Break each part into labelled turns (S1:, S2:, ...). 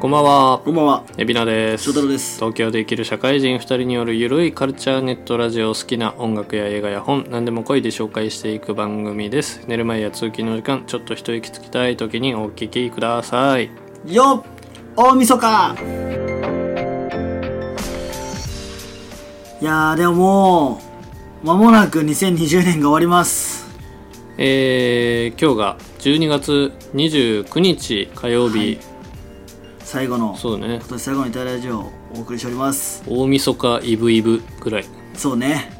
S1: こんばんは。
S2: こんばんは。
S1: エビナです。
S2: 翔太郎です
S1: 東京で生きる社会人2人によるゆるいカルチャーネットラジオ好きな音楽や映画や本、何でも恋で紹介していく番組です。寝る前や通勤の時間、ちょっと一息つきたい時にお聞きください。
S2: よっ大晦日いやーでももう、間もなく2020年が終わります。
S1: えー、今日が12月29日火曜日。
S2: 最後の、今
S1: そうね。
S2: 年最後のイタリアラジオをお送りしております。
S1: 大晦日イブイブぐらい。
S2: そうね。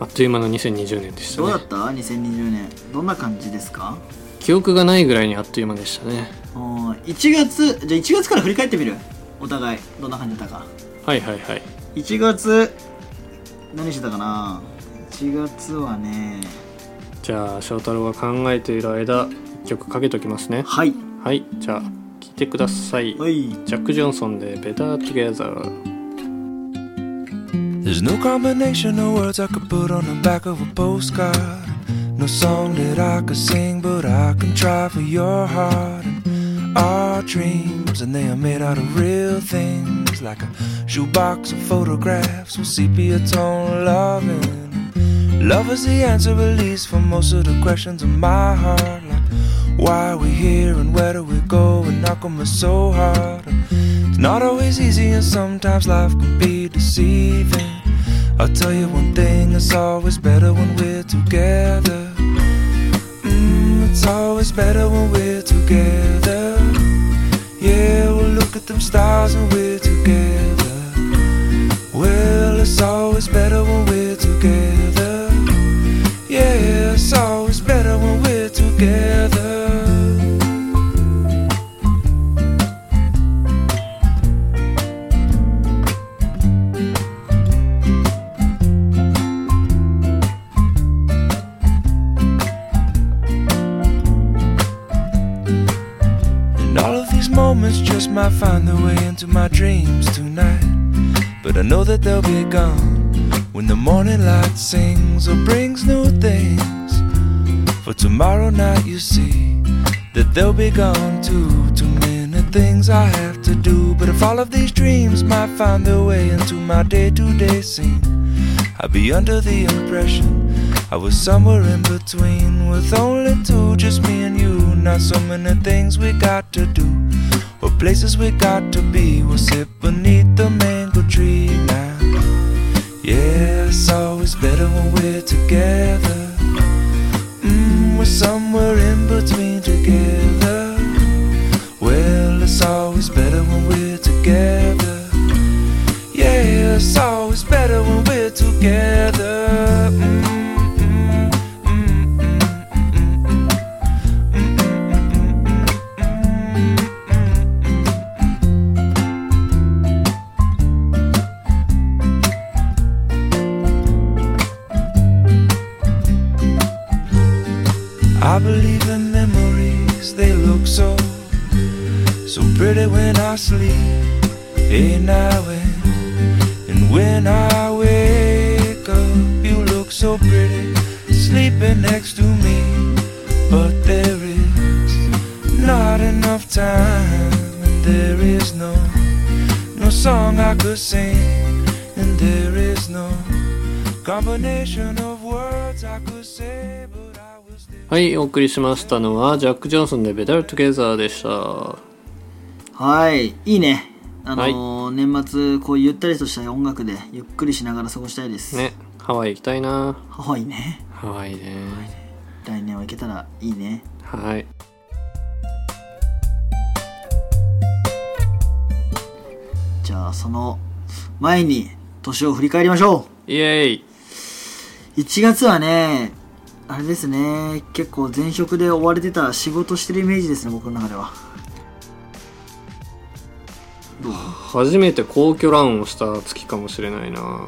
S1: あっという間の2020年でした
S2: どうだ
S1: ね
S2: っ。た ?2020 年。どんな感じですか
S1: 記憶がないぐらいにあっという間でしたね。
S2: うん1月、じゃあ1月から振り返ってみるお互い。どんな感じだったか。
S1: はいはいはい。
S2: 1月、何してたかな ?1 月はね、
S1: じゃあ翔太郎が考えている間一曲かけときますね
S2: はい。
S1: はいじゃあ聴いてください
S2: はい。
S1: ジャック・ジョンソンで「Better Together
S3: There's no combination of words I could put on the back of a postcard. No song that I could sing, but I can try for your heart. And our dreams, and they are made out of real things like a shoebox of photographs with sepia tone loving. Love is the answer, at least, for most of the questions in my heart. Like, why are we here and where do we go? And knock 'em us so hard. And it's not always easy, and sometimes life can be deceiving. I'll tell you one thing, it's always better when we're together. Mm, it's always better when we're together. Yeah, we'll look at them stars when we're together. Well, it's always better when we're together. Yeah, it's always better when we're together. And all of these moments just might find their way into my dreams tonight. But I know that they'll be gone when the morning light sings or brings new things. For tomorrow night, you see that they'll be gone too. Too many things I have to do. But if all of these dreams might find their way into my day to day scene, I'd be under the impression I was somewhere in between with only two, just me and you. Not so many things we got to do, or places we got to be. We'll sit beneath the mango tree now. Yeah, it's always better when we're together. Mm, we're somewhere in between together. Well, it's always better when we're together. Yeah, it's always better when we're together. Mm, mm, mm, mm, mm, mm. I believe in memories, they look so, so pretty when I sleep. Hey, now and, and when I wake up, you look so pretty, sleeping next to me. But there is not enough time, and there is no, no song I could sing, and there is no combination of words I could say, but I will still. 」
S1: はいお送りしましたのはジャック・ジョンソンで「Better Together」でした
S2: はい、いいね。あのー年末、こうゆったりとした音楽で、ゆっくりしながら過ごしたいです。
S1: ねハワイ行きたいな
S2: ハワイね。
S1: ハワイね
S2: 来年は行けたらいいね。
S1: はい
S2: じゃあ、その前に、年を振り返りましょ
S1: イエーイ
S2: う。1月はね、あれですね、結構前職で追われてた仕事してるイメージですね、僕の中では。どう
S1: 初めて皇居ランをした月かもしれないな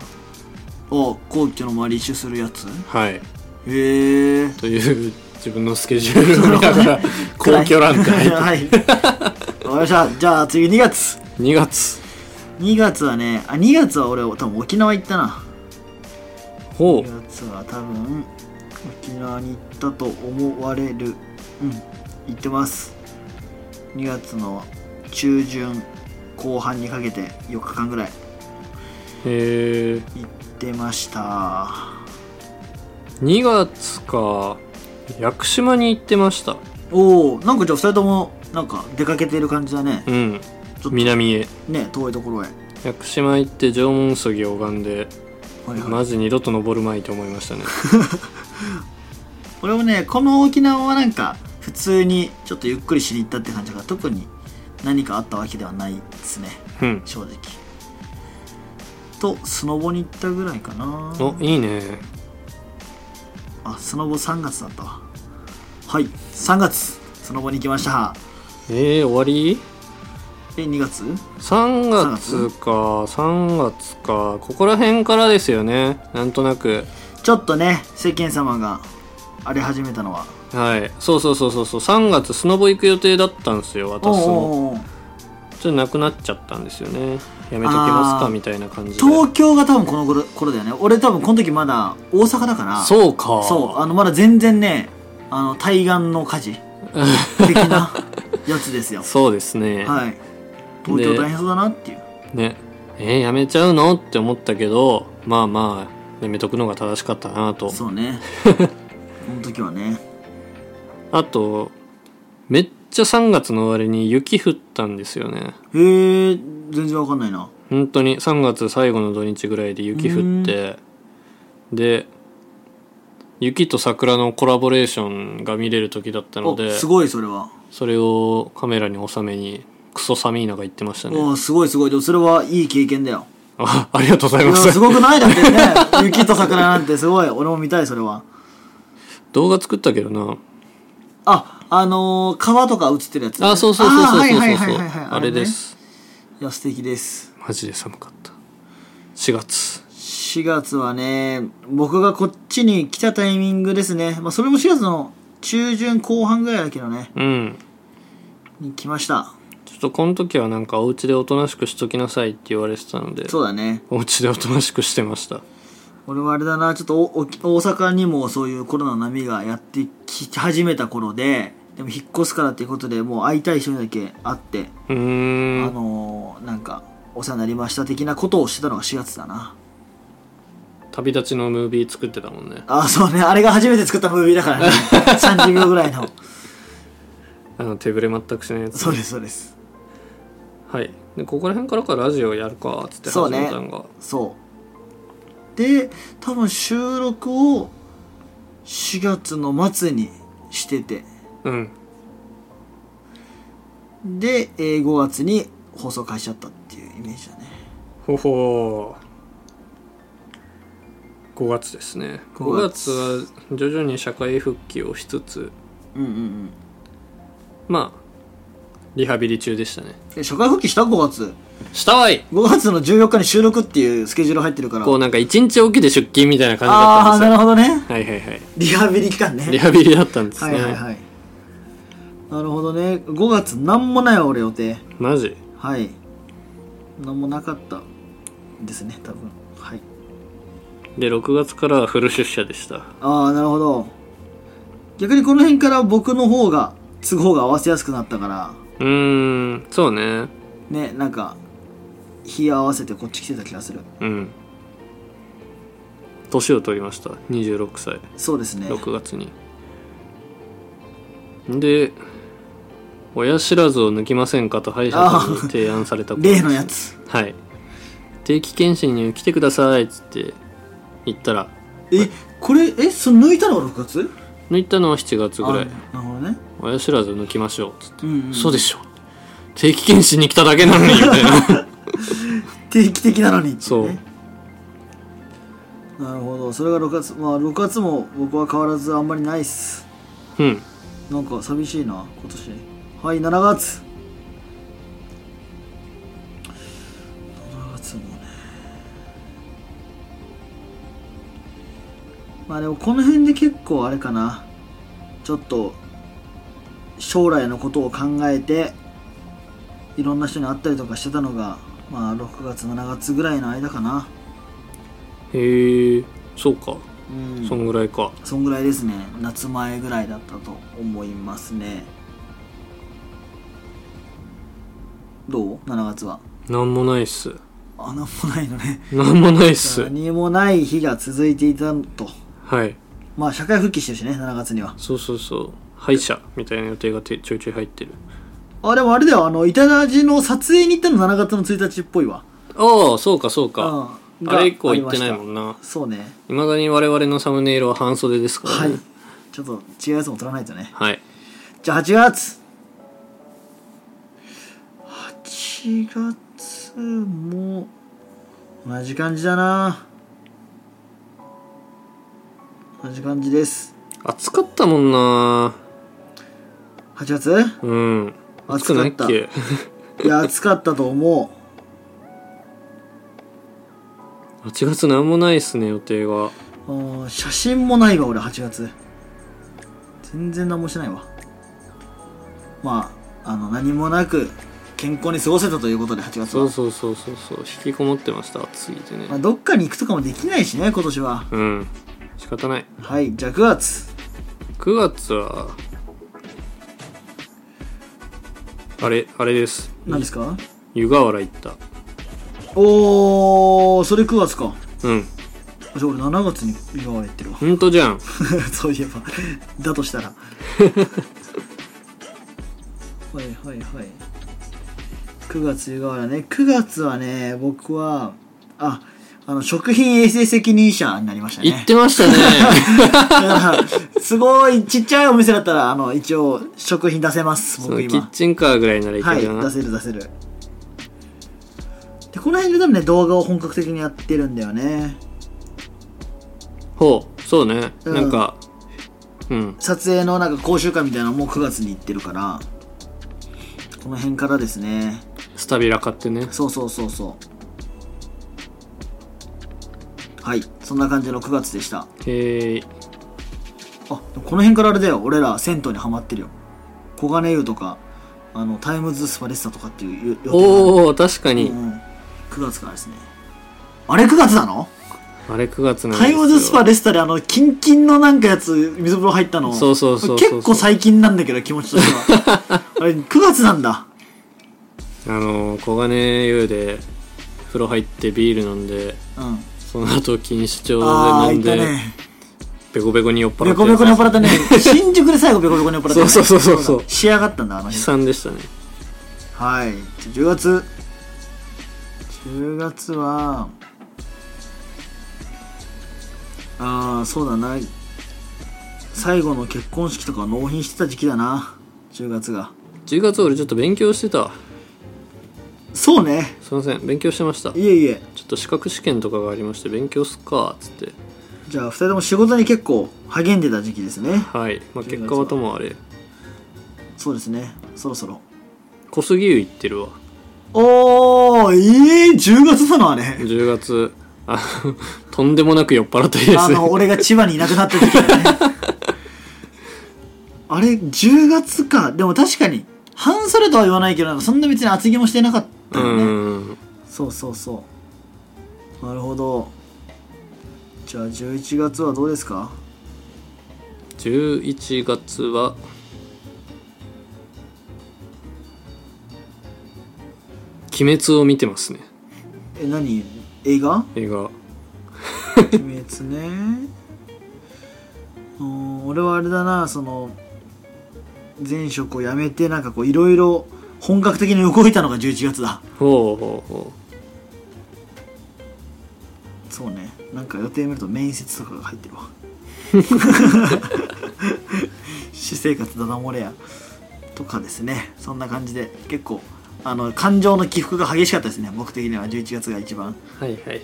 S2: お皇居の周り一周するやつ
S1: はい
S2: へえ。
S1: という自分のスケジュールを見な がら皇居ランか い
S2: はい。わかりました。じゃあ次2月。
S1: 2月
S2: 2月はねあ2月は俺多分沖縄行ったな
S1: ほう
S2: 2月は多分沖縄に行ったと思われるうん行ってます2月の中旬後半にかけて4日間ぐらい
S1: へえ
S2: 行ってました
S1: 2月か屋久島に行ってました
S2: おおなんかじゃあ2人ともなんか出かけてる感じだね
S1: うん
S2: ちょっとね
S1: 南へ
S2: 遠いところへ
S1: 屋久島行って縄文杉拝んで
S2: はいはい
S1: マジ二度と登るまいと思いましたね
S2: 俺もねこの沖縄はなんか普通にちょっとゆっくりしに行ったって感じが特に何かあったわけではないですね
S1: うん
S2: 正直とスノボに行ったぐらいかな
S1: おいいね
S2: あスノボ3月だったわはい3月スノボに行きました
S1: えー、終わり
S2: え2月
S1: ?3 月か3月かここら辺からですよねなんとなく
S2: ちょっとね世間様が荒れ始めたのは
S1: はいそうそうそうそうそう3月スノボ行く予定だったんですよ私も
S2: おうおうおう
S1: ちょっとなくなっちゃったんですよねやめときます
S2: あ
S1: か
S2: ー
S1: みたいな感じで
S2: 東京が多分この頃頃だよね俺多分この時まだ大阪だから
S1: そうか
S2: そうあのまだ全然ねあの対岸の火事的 なやつですよ
S1: そうですね、
S2: はい東京大変そうだなっていう
S1: ねえーやめちゃうのって思ったけどまあまあやめとくのが正しかったなと
S2: そうね この時はね
S1: あとめっちゃ3月の終わりに雪降ったんですよね
S2: へえ全然わかんないな
S1: 本当に3月最後の土日ぐらいで雪降ってで雪と桜のコラボレーションが見れる時だったの
S2: お
S1: です
S2: ごいそれは
S1: それをカメラに収めにクソ寒い中行ってましたね
S2: おすごいすごいでもそれはいい経験だよ
S1: あありがとうござい
S2: いや
S1: ます
S2: すごくないだってね 雪と桜なんてすごい俺も見たいそれは
S1: 動画作ったけどな
S2: ああのー、川とか映ってるやつね、
S1: あそうそうそうそうそう
S2: あー
S1: そう
S2: はいはいはいはい
S1: あれで
S2: ね
S1: す
S2: いや素敵です
S1: マジで寒かった4月
S2: 4月はね僕がこっちに来たタイミングですね、まあ、それも4月の中旬後半ぐらいだけどね
S1: うん
S2: に来ました
S1: ちょっとこの時はなんかお家でおとなしくしときなさいって言われてたので
S2: そうだね
S1: お家でおとなしくしてました
S2: 俺はあれだなちょっとおお大阪にもそういうコロナの波がやってき始めた頃ででも引っ越すからっていうことでもう会いたい人にだけ会って、
S1: うー
S2: あ
S1: ん
S2: のー、なんかお世話になりました的なことをしてたのが4月だな
S1: 旅立ちのムービー作ってたもんね
S2: あそうねあれが初めて作ったムービーだから ね30秒ぐらいの
S1: あの手ぶれ全くしないやつ
S2: そうですそうです
S1: はいでここら辺からかラジオやるかっつって
S2: そう
S1: 始
S2: ね
S1: めたんが、
S2: そうで多分収録を4月の末にしてて
S1: うん
S2: でえー5月に放送開始だったっていうイメージだね
S1: ほほー5月ですね
S2: 五
S1: 5月
S2: 月
S1: は徐々に社会復帰をしつつ
S2: うんうんうん
S1: まあリハビリ中でしたね
S2: え社会復帰した5月
S1: したわい
S2: 5月の14日に収録っていうスケジュール入ってるから
S1: こうなんか一日おきで出勤みたいな感じだ
S2: あ
S1: っ
S2: あ
S1: た
S2: なん
S1: で
S2: るほどね
S1: すよはいはいはい
S2: リハビリ期間ね
S1: リハビリだったんです
S2: は
S1: ね
S2: いはいはいなるほどね5月なんもないわ俺予定
S1: マジ
S2: はい何もなかったですね多分はい
S1: で6月からはフル出社でした
S2: ああなるほど逆にこの辺から僕の方が都合が合わせやすくなったから
S1: うーんそうね
S2: ねなんか日合わせてこっち来てた気がする
S1: うん年を取りました26歳
S2: そうですね
S1: 6月にで親知らずを抜きませんかと歯医者さんに提案されたこと
S2: 例のやつ
S1: はい定期検診に来てくださいっつって言ったら
S2: えこれえその抜いたのが6月
S1: 抜いたのは7月ぐらい
S2: あなるほどね
S1: 親知らず抜きましょうっつって、
S2: うんうん
S1: そうでしょ定期検診に来ただけなのにみたい な
S2: 定期的なのにってい
S1: そう
S2: ねなるほどそれが6月まあ6月も僕は変わらずあんまりないっす
S1: うん
S2: なんか寂しいな今年はい7月7月もねまあでもこの辺で結構あれかなちょっと将来のことを考えていろんな人に会ったりとかしてたのがまあ6月7月ぐらいの間かな
S1: へえそうか
S2: うん
S1: そんぐらいか
S2: そんぐらいですね夏前ぐらいだったと思いますねどう ?7 月は。
S1: なんもないっす
S2: あ、なんもないのね。
S1: なんもないっす
S2: 何もない日が続いていたと。
S1: はい
S2: まあ、社会復帰してるしね、7月には。
S1: そうそうそう歯医者みたいな予定がてちょいちょい入ってる
S2: あ、でもあれだよ、あの、イタラジの撮影に行ったの7月の1日っぽいわ。
S1: ああそうかそうか、
S2: うん
S1: あれ以降行ってない
S2: があ
S1: も
S2: りま
S1: んな
S2: したそうね。
S1: いまだに我々のサムネイルは半袖ですから
S2: はい
S1: ね。
S2: ちょっと違うやつも撮らないとね。
S1: はい、
S2: じゃあ8月8月も同じ感じだな同じ感じです
S1: 暑かったもんな
S2: 8月
S1: うん暑くないっけ
S2: いや暑かったと思
S1: 8月なんもないっすね予定が
S2: ううん写真もないわ俺8月全然何もしてないわまああの何もなく健康に過ごせたということで8月は
S1: そうそうそうそうそう引きこもってました暑すぎてね
S2: まあ、どっかに行くとかもできないしね今年は
S1: うん仕方ない
S2: はいじゃあ9月
S1: 9月はあれあれです
S2: 何ですか
S1: 湯河原行った
S2: おーそれ9月か
S1: うん
S2: あじゃあ俺7月に湯河原行ってるわ
S1: ほんとじゃん
S2: そういえばだとしたら はいはいはい9月湯河原ね9月はね僕はああの食品衛生責任者になりましたね
S1: 行ってました ね
S2: だから すごいちっちゃいお店だったらあの一応食品出せます
S1: その
S2: 僕
S1: キッ
S2: 今
S1: チンカーぐらいならい
S2: は
S1: け
S2: い
S1: るよな、
S2: 出せる出せるでこの辺で多分ね動画を本格的にやってるんだよね
S1: ほうそうね、
S2: うん
S1: なんかうん
S2: 撮影のなんか講習会みたいなのも9月に行ってるからこの辺からですね
S1: スタビラ買ってね
S2: そうそうそうそうはいそんな感じの9月でした
S1: へえ
S2: あでもこの辺からあれだよ俺ら銭湯にハマってるよ小金湯とかあのタイムズスパレッサとかっていう予定が
S1: おお確か
S2: ある
S1: に、
S2: うんうん9月からですねあれ9月なの
S1: あれ9月なんです
S2: タ
S1: よ
S2: イムズスパレスタであのキンキンのなんかやつ水風呂入ったの
S1: そうそうそうそう
S2: 結構最近なんだけど気持ちとしては あれ9月なんだ
S1: あのー小金湯で風呂入ってビール飲んで
S2: うん
S1: その後錦糸町
S2: ああ
S1: で飲
S2: い
S1: ん
S2: た
S1: で、
S2: ね
S1: ベコベコに酔っ払って
S2: ベコベコに酔っ払ったね新宿で最後ベコベコに酔っ払った ね
S1: そうそうそうそうそう
S2: だ仕上がったんだあの
S1: 悲
S2: 日
S1: 惨でしたね
S2: はいじゃあ10月10月はああそうだな最後の結婚式とか納品してた時期だな10月が
S1: 10月俺ちょっと勉強してた
S2: そうね
S1: すいません勉強してましたちょ
S2: いえいえ
S1: っと資格試験とかがありまして勉強すっかっつって
S2: じゃあ2人とも仕事に結構励んでた時期ですね
S1: はい、まあ、
S2: 10月は
S1: 結果はともあれ
S2: そうですねそろそろ
S1: 小杉湯行ってるわ
S2: おーええー、10月なのあれ
S1: 10月あ のとんでもなく酔っ払ってです
S2: あ
S1: ね
S2: の俺が千葉にいなくなった時だね あれ10月かでも確かに半袖とは言わないけどなんかそんな別に厚着もしてなかっ た
S1: う
S2: よね、
S1: ん
S2: そうそうそうなるほどじゃあ11月はどうですか
S1: 11月は「鬼滅」を見てますね
S2: え何映画
S1: 映画
S2: 鬼滅ねうん俺はあれだなその前職を辞めてなんかこういろいろ本格的に動いたのが11月だ
S1: ほうほうほ
S2: そうねなんか予定見ると面接とかが入ってるわ私生活ダダ漏れやとかですねそんな感じで結構あの感情の起伏が激しかったですね僕的には11月が一番、
S1: うはいはいはい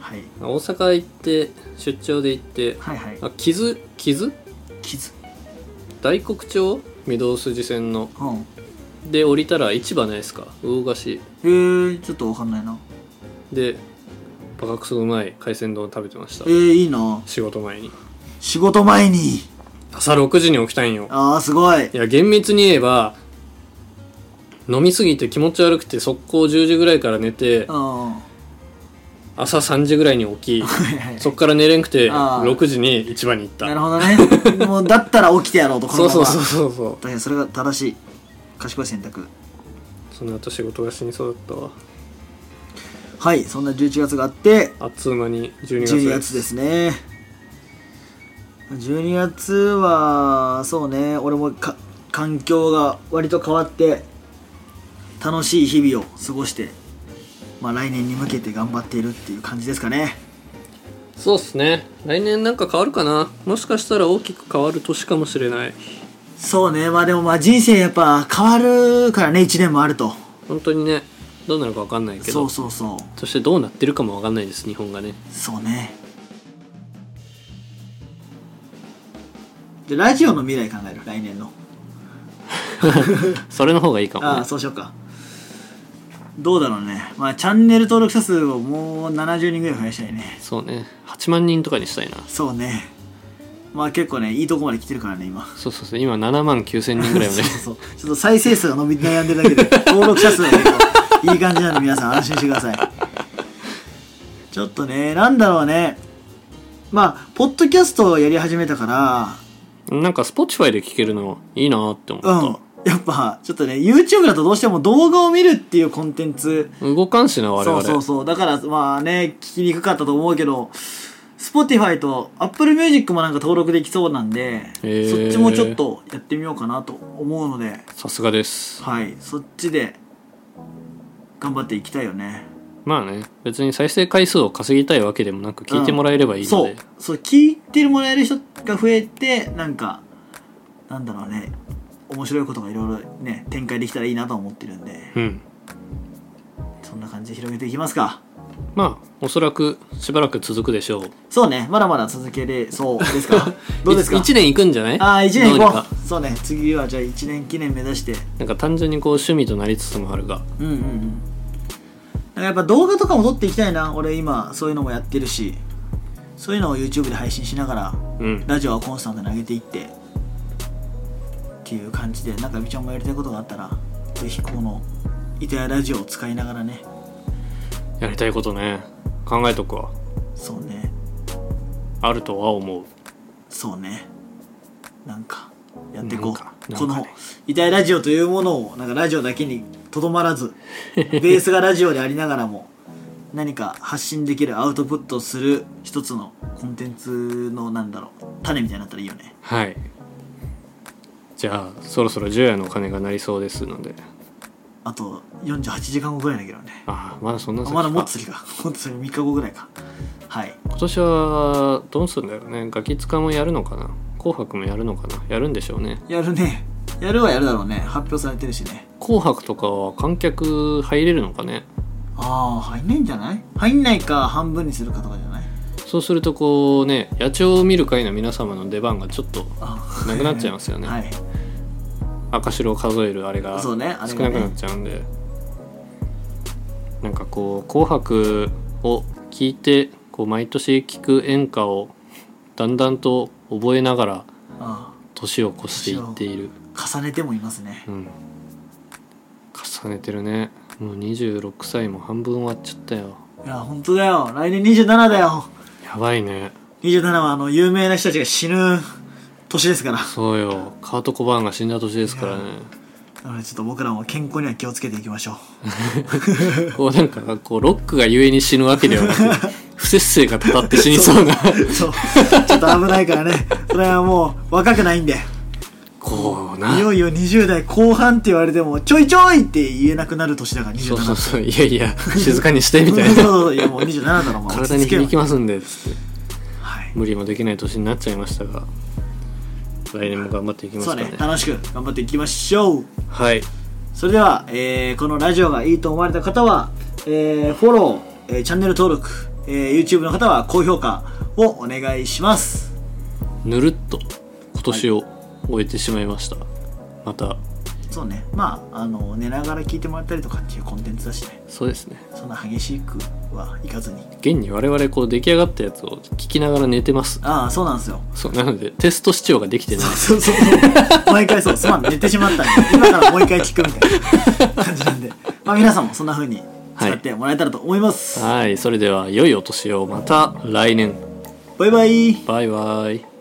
S2: はい、
S1: 大阪行って出張で行って
S2: はいはい
S1: あ傷傷
S2: 傷
S1: 大黒町御堂筋線の
S2: うん
S1: で降りたら市場ないですか魚河岸
S2: へえー、ちょっとわかんないな
S1: でバカクソうまい海鮮丼食べてました
S2: えー、いいな
S1: 仕事前に
S2: 仕事前に
S1: 朝6時に起きたんよ
S2: ああすごい
S1: いや厳密に言えば飲みすぎて気持ち悪くて速攻10時ぐらいから寝て
S2: うんは
S1: 朝3時ぐらいに起き
S2: いはい
S1: そっから寝れんくて
S2: あー
S1: 6時に市場に行っ
S2: なる
S1: た
S2: ほ どねもうだったら起きてやろうとこの
S1: そう
S2: ま
S1: そう
S2: ま
S1: そうそうそう
S2: だけどそれが正しい賢い選択
S1: その後仕事が死にそうだったわ
S2: はいそんな11月があって
S1: あっつう間に12月
S2: 12月ですね12月はそうね俺もか環境が割と変わって楽しい日々を過ごして、まあ、来年に向けて頑張っているっていう感じですかね
S1: そうっすね来年なんか変わるかなもしかしたら大きく変わる年かもしれない
S2: そうねまあでもまあ人生やっぱ変わるからね1年もあると
S1: 本当にねどうなるか分かんないけど
S2: そうそうそう
S1: そしてどうなってるかも分かんないです日本がね
S2: そうねじゃあラジオの未来考える来年の
S1: それの方がいいかも、
S2: あ
S1: ね
S2: あ、そうしようかどうだろうねまあチャンネル登録者数をもう70人ぐらい増やしたいね
S1: そうね8万人とかにしたいな
S2: そうねまあ結構ねいいとこまで来てるからね今
S1: そうそうそう今7万9千人ぐらいま
S2: そ
S1: で
S2: うそうそうちょっと再生数が伸び悩んでるだけで登録者数が結構いい感じなんで皆さん安心してくださいちょっとねなんだろうねまあポッドキャストをやり始めたか
S1: なんか Spotify で聴けるのいいなって思
S2: らう
S1: っ
S2: んやっぱちょっとね YouTube だとどうしても動画を見るっていうコンテンツ
S1: た、動かんしな我
S2: そ
S1: 々
S2: うそうそうだからまあね聞きにくかったと思うけど Spotify と Apple Music もなんか登録できそうなんで、
S1: へー
S2: そっちもちょっとやってみようかなと思うので
S1: さすがです
S2: はいそっちで頑張っていきたいよね
S1: まあね別に再生回数を稼ぎたいわけでもなく聞いてもらえればいいの
S2: そ
S1: で、
S2: うそう聞いてもらえる人が増えてなんかなんだろうね面白いことがいろいろね展開できたらいいなと思ってるんで
S1: うん
S2: そんな感じで広げていきますか
S1: まあおそらくしばらく続くでしょう
S2: そうねまだまだ続けれそうで すかどうですか
S1: 1年いくんじゃない
S2: ああ、1年
S1: ど
S2: 行
S1: うに
S2: こ
S1: か
S2: う。そうね、次はじゃあ1年記念目指して。
S1: なんか単純にこう趣味となりつつもあるが
S2: うんうんうん。だからやっぱ動画とかも撮っていきたいな。俺今、そういうのもやってるし、そういうのを YouTube で配信しながら、
S1: うん
S2: ラジオはコンスタントに上げていって、っていう感じで、なんかみちゃんもやりたいことがあったら、ぜひこの、糸やラジオを使いながらね、
S1: やりたいことね考えとくわ
S2: そうね、
S1: あるとは思う
S2: そうね、なんか、やっていこ
S1: なんか
S2: う。
S1: なん
S2: こ
S1: かね
S2: の、イタイラジオというものを、なんかラジオだけにとどま らず、ベースがラジオでありながらも、何か発信できるアウトプットをする一つのコンテンツの、なんだろう、種みたいになったらいいよね。
S1: はいじゃあそろそろ除夜の鐘が鳴りそうですので
S2: あと、48時間後ぐらいだけどね。
S1: ああまだそんな
S2: あ
S1: 先
S2: まだ
S1: か
S2: もっと先か。 もっと先、3日後ぐらいか。はい。
S1: 今年はどうするんだろうねガキ使もやるのかな紅白もやるのかなやるんでしょうね
S2: やるね。やるはやるだろうね。発表されてるしね。
S1: 紅白とかは観客入れるのかね
S2: ああ、入んないんじゃない入んないか、半分にするかとかじゃない
S1: そうするとこうね野鳥を見る会の皆様の出番がちょっと
S2: あ
S1: なくなっちゃいますよね
S2: はい。
S1: 赤白を数えるあれが
S2: そ
S1: 少
S2: うね
S1: な
S2: あれ
S1: く
S2: がね
S1: なっちゃうんで、なんかこう「紅白」を聞いてこう毎年聞く演歌をだんだんと覚えながら
S2: ああ。
S1: 年を越していっている、
S2: 重ねてもいますね
S1: うん、重ねてるねもう26歳も半分終わっちゃったよ
S2: いや本当だよ来年27だよ
S1: やばいね
S2: 27はあの有名な人たちが死ぬ年ですから
S1: そうよカート・コバーンが死んだ年ですからね
S2: なのでちょっと僕らも健康には気をつけていきましょう
S1: こうなんかこうロックが故に死ぬわけではなく不節制がたたって死にそう な
S2: そう ちょっと危ないからねそれはもう若くないんで
S1: こう
S2: い
S1: な
S2: よいよ20代後半って言われてもちょいちょいって言えなくなる年だから27
S1: そうそうそういやい や静かにしてみた
S2: そう
S1: い
S2: そう
S1: な
S2: そういやもう27だろお前落
S1: 体
S2: ち
S1: に
S2: 着けよ
S1: 響きますんでつって
S2: はい
S1: 無理もできない年になっちゃいましたが来年も頑張っていきます
S2: そ
S1: か
S2: う
S1: ね
S2: ね楽しく頑張っていきましょう
S1: はい
S2: それでは、えーこのラジオがいいと思われた方は、えーフォロー、えーチャンネル登録、えー YouTube の方は高評価をお願いします。
S1: ぬるっと今年を終えてしまいました、また
S2: そうね、まあ、あの、寝ながら聞いてもらったりとかっていうコンテンツだしね、
S1: そうですね
S2: そんな激しくはいかずに。
S1: 現に我々こう出来上がったやつを聞きながら寝てます
S2: ああ、そうなんですよ。
S1: そうなのでテスト視聴ができてない
S2: そうそうそう。毎回そう、すまん、寝てしまったんで、今からもう一回聞くみたいな感じなんで、まあ皆さんもそんな風に使ってもらえたらと思い ます。
S1: はいそれでは良いお年をまた来年
S2: バイバイ。
S1: バイバイ